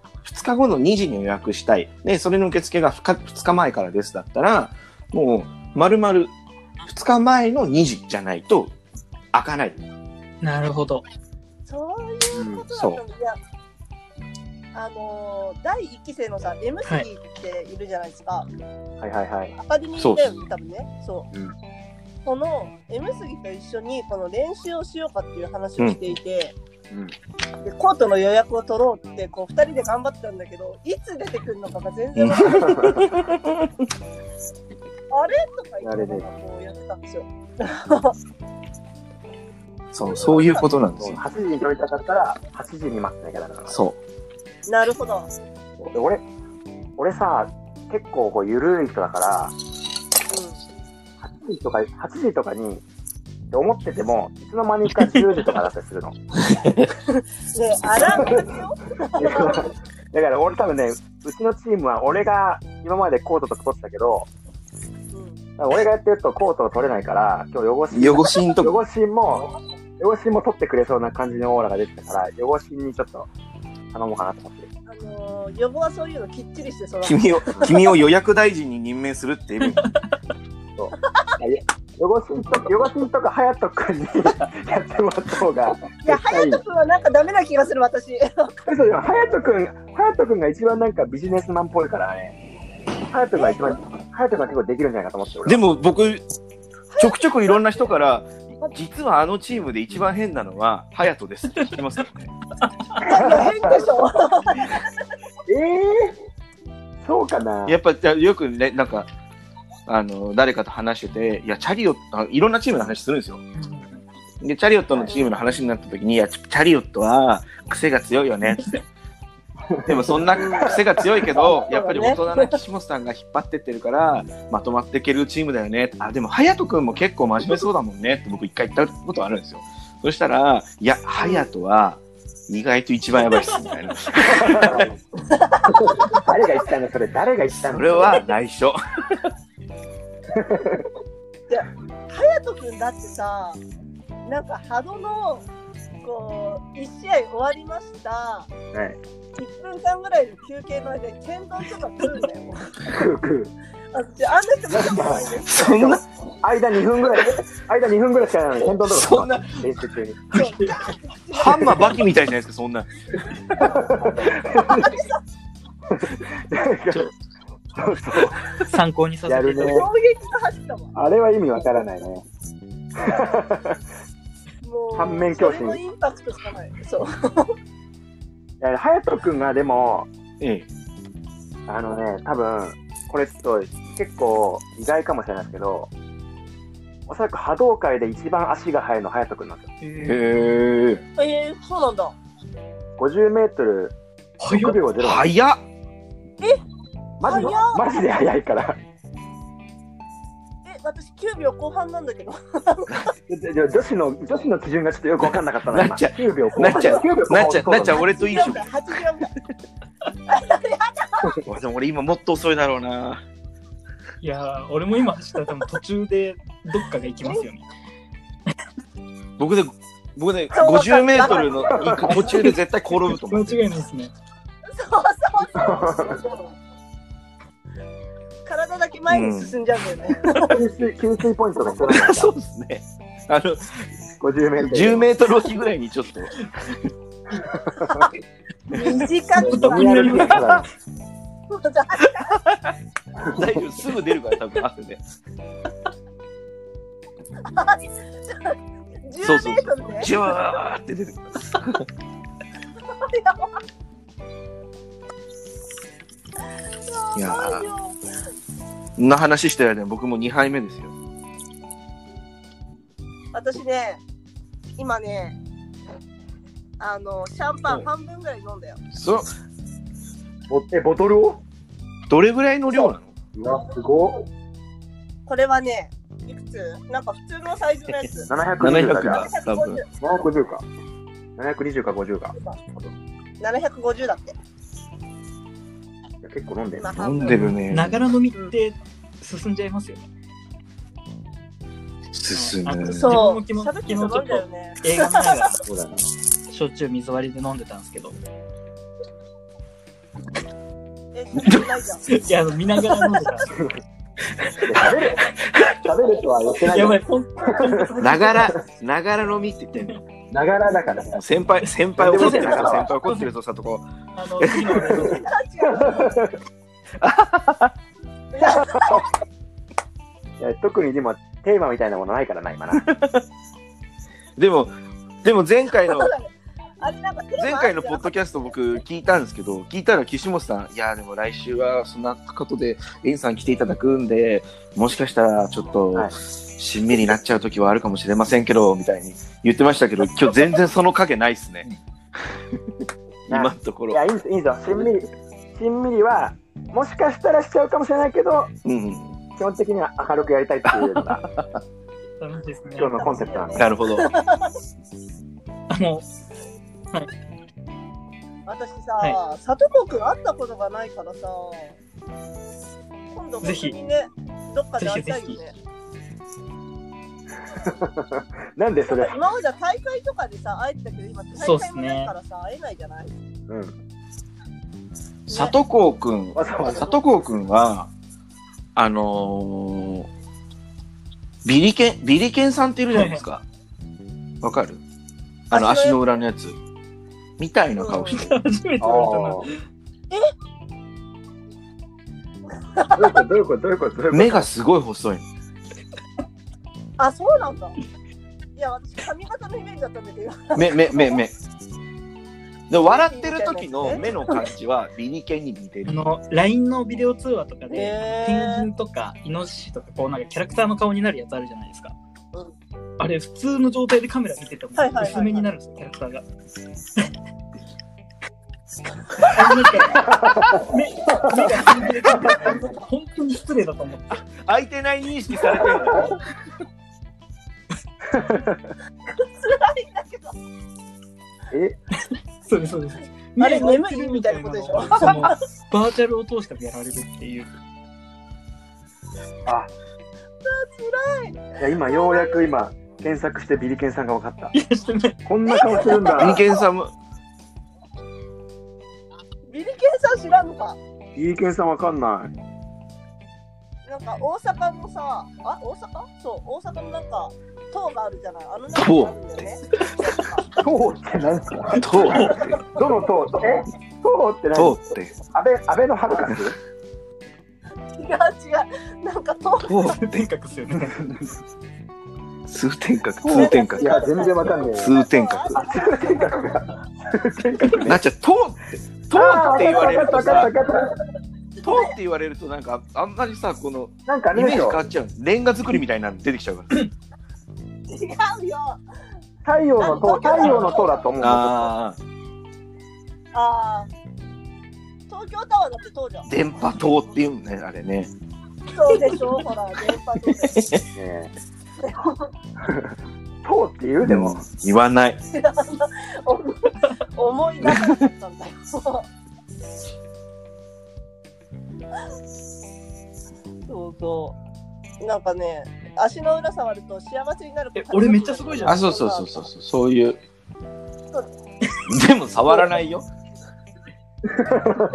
日後の2時に予約したい。で、それの受付が2日前からですだったら、もう、丸々2日前の2時じゃないと開かない。なるほどそういううんことだったんだいやあのー第1期生のさ M 3っているじゃないですか、はいはいはい。アカデミーだよね多分ねそう、うんこの M 杉と一緒にこの練習をしようかっていう話をしていて、うんでコートの予約を取ろうってこう2人で頑張ってたんだけどいつ出てくるのかが全然 わからないあれとか言ってなんかこうやってたんですよそう、そういうことなんですよ。 8時に取りたかったら、8時に待ってなきゃだから。そなるほどうんで俺、俺さ、結構こう、ゆるい人だから、8時とか、8時とかに、って思ってても、いつの間にか10時とかだったりするの。 でアラームですよだから俺多分ね、うちのチームは俺が今までコートとか取ってたけど、うん俺がやってるとコートを取れないから、今日汚し、う。汚しんとか、汚しも、汚しも取ってくれそうな感じのオーラが出てたから、汚しにちょっと頼もうかなと思ってる。あのー予防はそういうのきっちりして育て君を、君を予約大臣に任命するっていう。汚しんとか、汚しんとか、はやとくんに やってもらった方が、いや絶対いい隼人君はなんかダメな気がする私 嘘でも、はやとくん、はやとくんが一番なんかビジネスマンっぽいからね、はやとが一番、はやとが結構できるんじゃないかと思って、俺でも僕、ちょくちょくいろんな人から、実はあのチームで一番変なのは、隼人ですって聞きますからね。変でしょえー、そうかなやっぱじゃあよくね、なんか、あの、誰かと話してて、いや、チャリオット、あいろんなチームの話するんですよ。で、チャリオットのチームの話になった時に、いや、チャリオットは癖が強いよね、って。でもそんな癖が強いけど、やっぱり大人な岸本さんが引っ張ってってるから、まとまっていけるチームだよね。あ、でも、隼人君も結構真面目そうだもんねって僕一回言ったことあるんですよ。そしたら、いや、隼人は意外と一番やばいっすみたいな。誰が言ったのそれ誰が言ったのそれは内緒。隼人君だってさなんか波動のこう1試合終わりましたはい1分間ぐらいの休憩の間に天丼とか食うんだよ もう食う食うあであんな人見たことないよそんな、間2分ぐらい間2分ぐらいしかないのに本当のとこそんな、練習中に ハンマーバキみたいじゃないですか、そんな。ちそょうそう参考にさせていただやるねき衝撃の走ったわあれは意味わからないねもう反面教師それのインパクトしかないそういや隼人君がでもえあのね、多分これちょっと結構意外かもしれないですけど、おそらく波動界で一番足が速いのは隼人君なんですよ。え。えへえ。えー、そうなんだ50メートル早5っ秒0。早っマジで早っマジで速いから。え私9秒後半なんだけどでで女子の女子の基準がちょっとよく分かんなかったな。今なっちゃん9秒後なっちゃん9秒後なっちゃん、なっちゃん、そう俺と一緒8。秒ぐらいわでも俺今もっと遅いだろうな。いやー俺も今走ったら多分途中でどっかが行きますよね。僕で、僕ね、50メートルの行く途中で絶対転ぶと間思う。違いないですね。そうそうそうそう体だけ前に進んじゃうんだよね、だ給水給水ポイントが必要なんだそうですね。あの、 50メートル。 10メートルおきぐらいにちょっと。短くトルやる気がない大丈夫、すぐ出るから、多分汗で。そう10そメうートルでジュワーって出てくる。いやーそんな話してる間に僕も2杯目ですよ。私ね今ねあのシャンパン半分ぐらい飲んだよそぼえボトルを？どれぐらいの量なのうわすごっ。これはねいくつなんか普通のサイズのやつ720だから。多分750か。720か50か。 750だっていや結構飲んでる今。半飲分んでるね。ながら飲みって進んじゃいますよね。進む。るそう自分も喋昨っ日てるの飲んだよね映画見ながらそうだな。焼酎水割りで飲んでたんですけど、え喋ってないじゃん いやあの見ながら飲んでたんですけ食べる食べるとは言ってなど。いやばよい、ポンながら、ながら飲みって言ってんのよ。ながらだからもう先輩、先輩怒ってるから、先輩怒ってるぞ、さとこ。あの次の話題いや特にでもテーマみたいなもの ないからな今なでも、でも前回の、あれなんかテーマあるじ前ゃん回のポッドキャスト僕聞いたんですけど、聞いたら岸本さん、いや、でも来週はそんなことで、エンさん来ていただくんで、もしかしたらちょっとはい、しんみりなっちゃう時はあるかもしれませんけど、みたいに言ってましたけど、今日全然その影ないっすね。今のとこいろや。いいんですいいんですよしんみりしんみりはもしかしたらしちゃうかもしれないけどうんうん。基本的には明るくやりたいっていうのが 楽しいですね。今日のコンセプトなんでなるほど。 あの私はさ、さとこくん会ったことがないからさ、今度本ぜひ当にね、どっかで会いたいよぜね。なんでそなんれか、今までは大会とかでさ、会えてたけど、今そう大っす会もねないからさ、会えないじゃないうん、里子くん、わざわざ里子くんは、あのー、ビリケン、ビリケンさんっているじゃないですか。わかるあの、足足のの裏のやつ。みたいな顔してる。初めてあ見たな。ーどういうことどういうことどういうことどういうこと目がすごい細いの。あ、そうなんだ。いや、私、髪型のイメージだったんだけど、目、目、目、目。で、笑ってる時の目の感じは、ビリケンに似てある。の LINE のビデオ通話とかで、へーペンギンとかイノシシとかこうなんかキャラクターの顔になるやつあるじゃないですか、うんあれ普通の状態でカメラ見ててもはいはいはいはい薄めになるんですよキャラクタ ーが 目目が死んでる感じが本当に失礼だと思って相手ない認識されてるの。辛いんだけど、えそうです、そうです。あれ未来眠いみたいなことでしょその、バーチャルを通してもやられるっていう。あいや今ようやく今検索してビリケンさんが分かったいや、してない。こんな顔してるんだビリケンさんも、 ビリケンさん知らんのかビリケンさん分かんないなんか大阪のさ、あ、大阪そう、大阪のなんか、塔があるじゃない。あの中にあるんだよね。 党って何ですか通って、どの党え党って何通って、安倍安倍のハルカス違う違う。なんか塔通って、天閣ですよね。通天閣、通 天い閣、や全然分かんねえ通天閣。なっちゃう、通って、通って言われると分、かっさた分かった分かっ通って言われるとなんか、あんなにさ、この、たなんかあイれメーでジし変ょわっちゃう。レンガ作りみたいなの出てきちゃうから。違うよ。太陽の塔太陽の塔だと思うああ、ああ。東京タワーだって塔じゃん。電波塔っていうね、あれね。そうでしょ、ほら、電波塔でしねえ 党って言うでも、言わない。ょ。思い出さなかったんだよ。そうそう。なんかね、足の裏触ると幸せになることえ俺めっちゃすごいじゃんあ、そうそうそうそうそう、そういう。でも触らないよ。で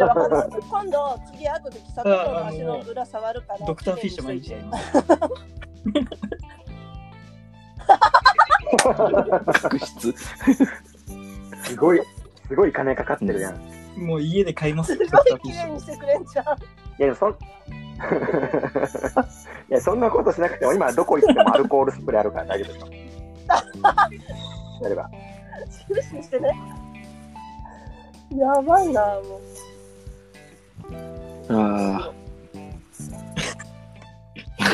もあの今度、次会った時、佐藤の足の裏触るから。ドクターフィッシュ毎日やります。確執。すごいすごい金かかってるやんいもう家で買います、すドクタごいーフィ綺ッシ麗ュに。してくれんじゃん。 やでもそん いやそんなことしなくても今どこ行ってもアルコールスプレーあるから大丈夫ですよやれば印してね。やばいな、もう。あ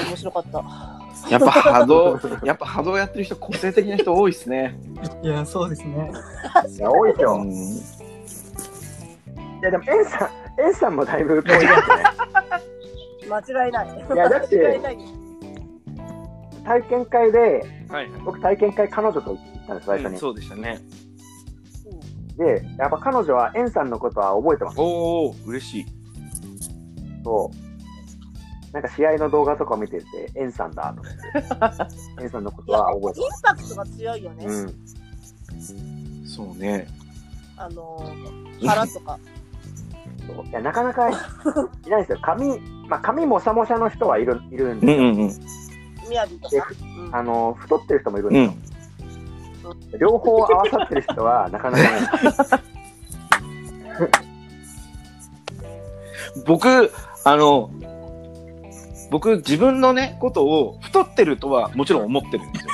面白かった。あ、やっぱ波動、やっぱ波動やってる人、個性的な人多いですね。いや、そうですね。いや多いですうよんいやでもエンさんエンさんもだいぶこういうやつ ね間違いない。いやだって間違いない。体験会ではい僕体験会彼女と行ったんです最初はい。に、そうでしたね。でやっぱ彼女はエンさんのことは覚えてますおお、嬉しい。そうなんか試合の動画とかを見ててエンさんだと思ってエンさんのこいとやはイン覚えてパクトが強いよね。ますう んそうね。あのー、腹とか。そういやなかなかいないんですよ髪まあ髪もさもしゃの人はいるいるんうんで、うんうん。みやびとでか。うんあの太ってる人もいるんうでん。すよ、両方合わさってる人はなかなかいない 僕、あの。僕、自分のね、ことを太ってるとは、もちろん思ってるんですよ。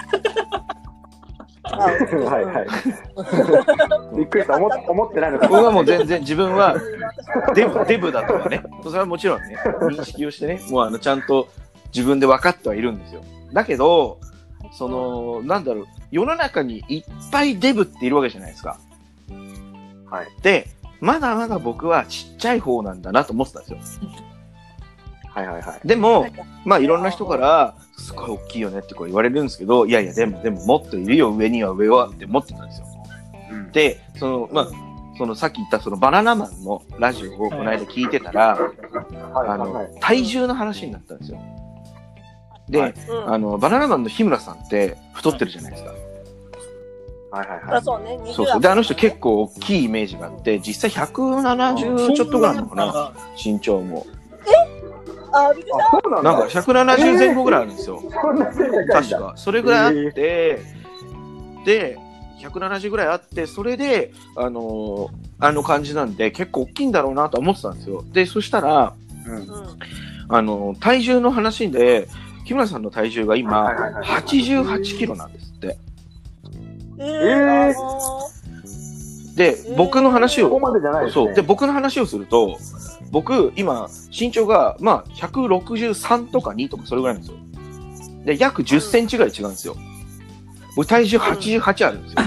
あはいはいびっくりした思っ思ってないのか僕はもう全然、自分はうん私はデブ、デブだとかね。それはもちろんね、認識をしてね、もうあの、ちゃんと自分で分かってはいるんですよ。だけど、その、なんだろう、世の中にいっぱいデブっているわけじゃないですか。はい。で、まだまだ僕はちっちゃい方なんだなと思ってたんですよ。はいはいはいでも、まあいろんな人から、すごい大きいよねってこう言われるんですけど、いやいや、でも、でももっといるよ、上には上はって思ってたんですよ。うんで、その、 まあ、そのさっき言ったそのバナナマンのラジオをこの間聞いてたら、はいあはいはのい、体重の話になったんですよ。で、はいうんあの、バナナマンの日村さんって太ってるじゃないですか。はいはいはあいそうね。そうそう。で、あの人結構。構大きいイメージがあって、実際170ちょっとぐらいなのかな、身長も。あ、びっくりしあそうなんだなんか170前後ぐらいあるんですよ。そんな背高いんだ確か。それぐらいあって、で、170ぐらいあって、それで、あのーあの感じなんで、結構大きいんだろうなとは思ってたんですよ。で、そしたら、うんた。うん。あのー体重の話で、日村さんの体重がは今いはいはい、 88キロなんですって。ええーー、あで、僕の話ここを、までじゃないですそう、ね で、僕の話をすると、僕、今、身長が、まあ、163とか2とか、それぐらいなんですよ。で、約10センチぐらい違うんですよ。僕、体重88あるんですよ。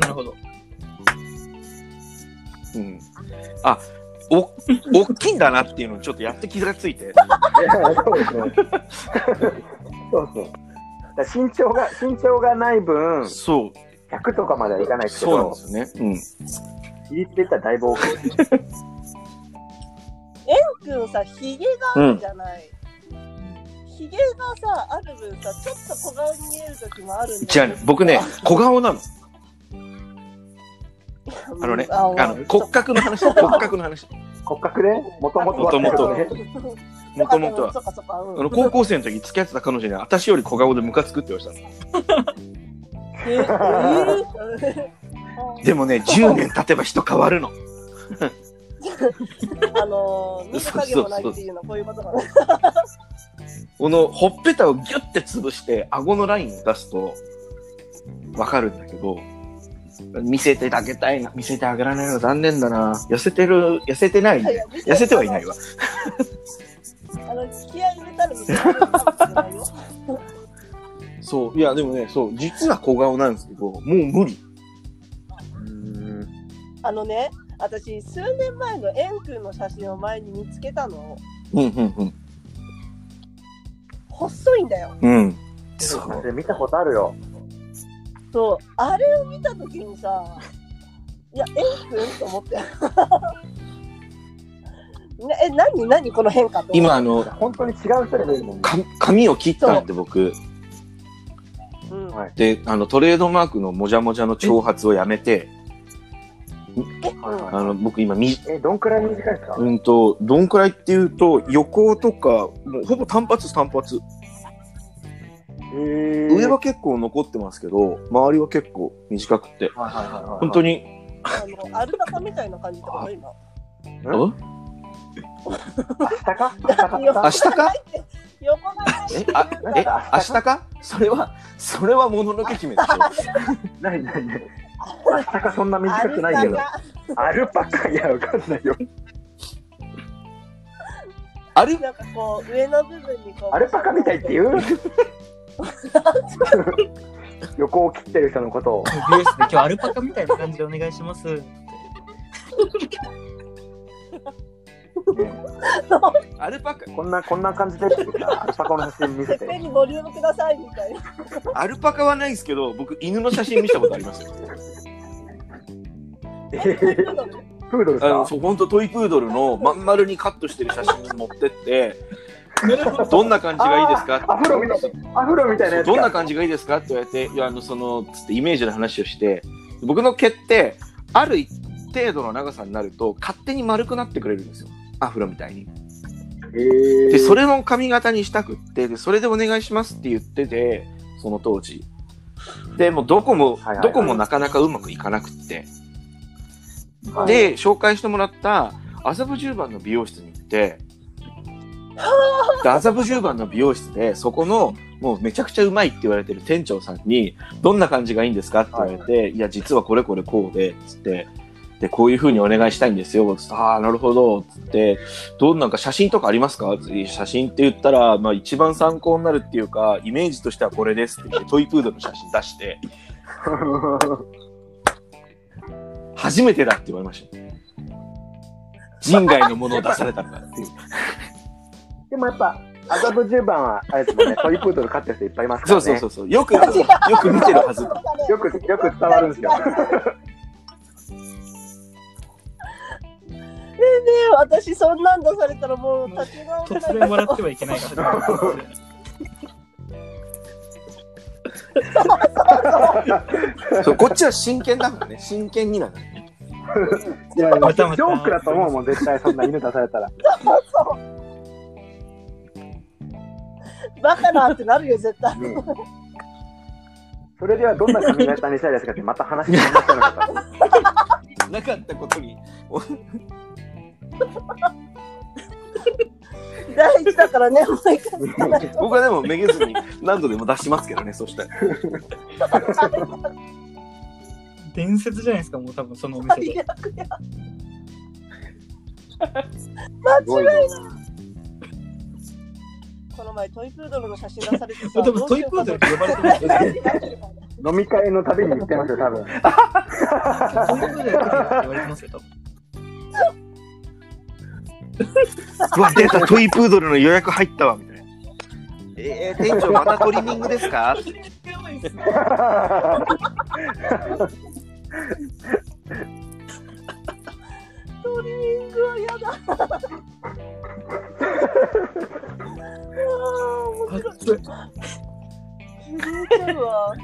なるほど。うん。あ、お、大きいんだなっていうのをちょっとやって気がついいて。やそうですね。そうそう。だから身長が身長がない分そう。 100とかまではいかないですけそうなんどで、すよね。比率で言ったらだいぶ多くくんさ、ひげがあるじゃない。ひげがさ、ある分さ、ちょっと小顔に見える時もあるうんん。だじゃあよね、僕ね、小顔なの。あのね、ああの骨格の話、骨格の話。骨格でもともと元々ね、もともとは。そっかそっかうんあの高校生の時付き合ってた彼女に私より小顔でムカつくって言われたのええー でもね10年経てば人変わるの あのー、見る影もないっていうのはこういうこと かな。このほっぺたをギュッて潰して顎のラインを出すとわかるんだけど見せてあげたいな見せてあげられないの残念だな痩せてる痩せてないね痩せてはいないわあの、付き合い入れたら見せられるかもしれないよ。そういやでもねそう実は小顔なんですけどもう無理あのね、私、数年前のエン君の写真を前に見つけたの。うんうんうん細いんだよ。うんそそうれ見たことあるよ。そう、あれを見たときにさ、いや、エン君と思って。 なえ、何何この変化と。今あの本当に違う人でもいいもんね。か髪を切ったんで僕うん、はいであのトレードマークのもじゃもじゃの長髪をやめてはいはいあの僕今みえ、どんくらい短いですかうんと、どんくらいっていうと、横とか、もうほぼ単発です単発。上上は結構残ってますけど、周りは結構短くて。はいはいはいはい。本当に、あの、アルタカみたいな感じだかな、今。うん明ん日か明日か明日明日か横が入ってえるあからえ、明日かそれは、それはもののけ姫でしないないない。明日かそんな短くないけど。あアルパカいや、わかんないよ。ょ。あれれなんかこう上の部分にこうアルパカみたいって言う横を切ってる人のことを。ビュースで今日アルパカみたいな感じでお願いします。アルパカ、こんな、こんな感じでって言ったらアルパカの写真見てせっぺんて。にボリュームくださいみたいなアルパカはないですけど、僕、犬の写真見たことありま すよ。えープードルあの、さ。そう、本当トイプードルのまん丸にカットしてる写真持ってって、どんな感じがいいですかアフロみたいな。アフロみたいなやつか。どんな感じがいいですかって言われて、いや、あの、その、つってイメージの話をして、僕の毛って、ある程度の長さになると、勝手に丸くなってくれるんですよ。アフロみたいに。えーで、それの髪型にしたくって、で、それでお願いしますって言ってて、その当時。で、もうどこはもいはいは、いどこもなかなかうまくいかなくって。はい で、紹介してもらった、麻布十番の美容室に行って、で麻布十番の美容室で、そこの、もうめちゃくちゃうまいって言われてる店長さんに、どんな感じがいいんですかって言われて、い、や、実はこれこれこうで、つって、で、こういう風にお願いしたいんですよ、つって、ああ、なるほど、つって、どうなんか写真とかありますかつって写真って言ったら、まあ一番参考になるっていうか、イメージとしてはこれですって言って、トイプードルの写真出して、初めてだって言われました。人外のものを出されたのかっていう。でもやっぱ、麻布十番は、あれですもんね、トイプードル飼ってる人いっぱいいますから そね。うそうそうそう。よく、 よく見てるはず。よく、よく伝わるんですよ。ねえ私そんなん出されたらもう立ち直れ突な然い笑ってはいけないから。 そうこっちは真剣だからね。真剣になる。いやいやまたまたジョークだと思うもん、絶対そんな犬出されたら。バカなってなるよ絶対ねそれではどんな髪型にしたいですかって、また話がなっちゃうのかと。なかったことに。大事だからねもう一回聞かない と僕はでもめげずに何度でも出しますけどね、そしたら。伝説じゃないですか、もう多 分そのお店で。間違いこの前トイプードルの写真出されてさまあでもトイプードルって 呼ばれてますよね飲み会のたびに言ってますよ、多分。そういうことでやってるって言われてますよ、多分。うわ、出た、トイプードルの予約入ったわ、みたいな。えー、店長またトリミングですかですトリミングはやだ。 ああ、面白い。響いてるわ。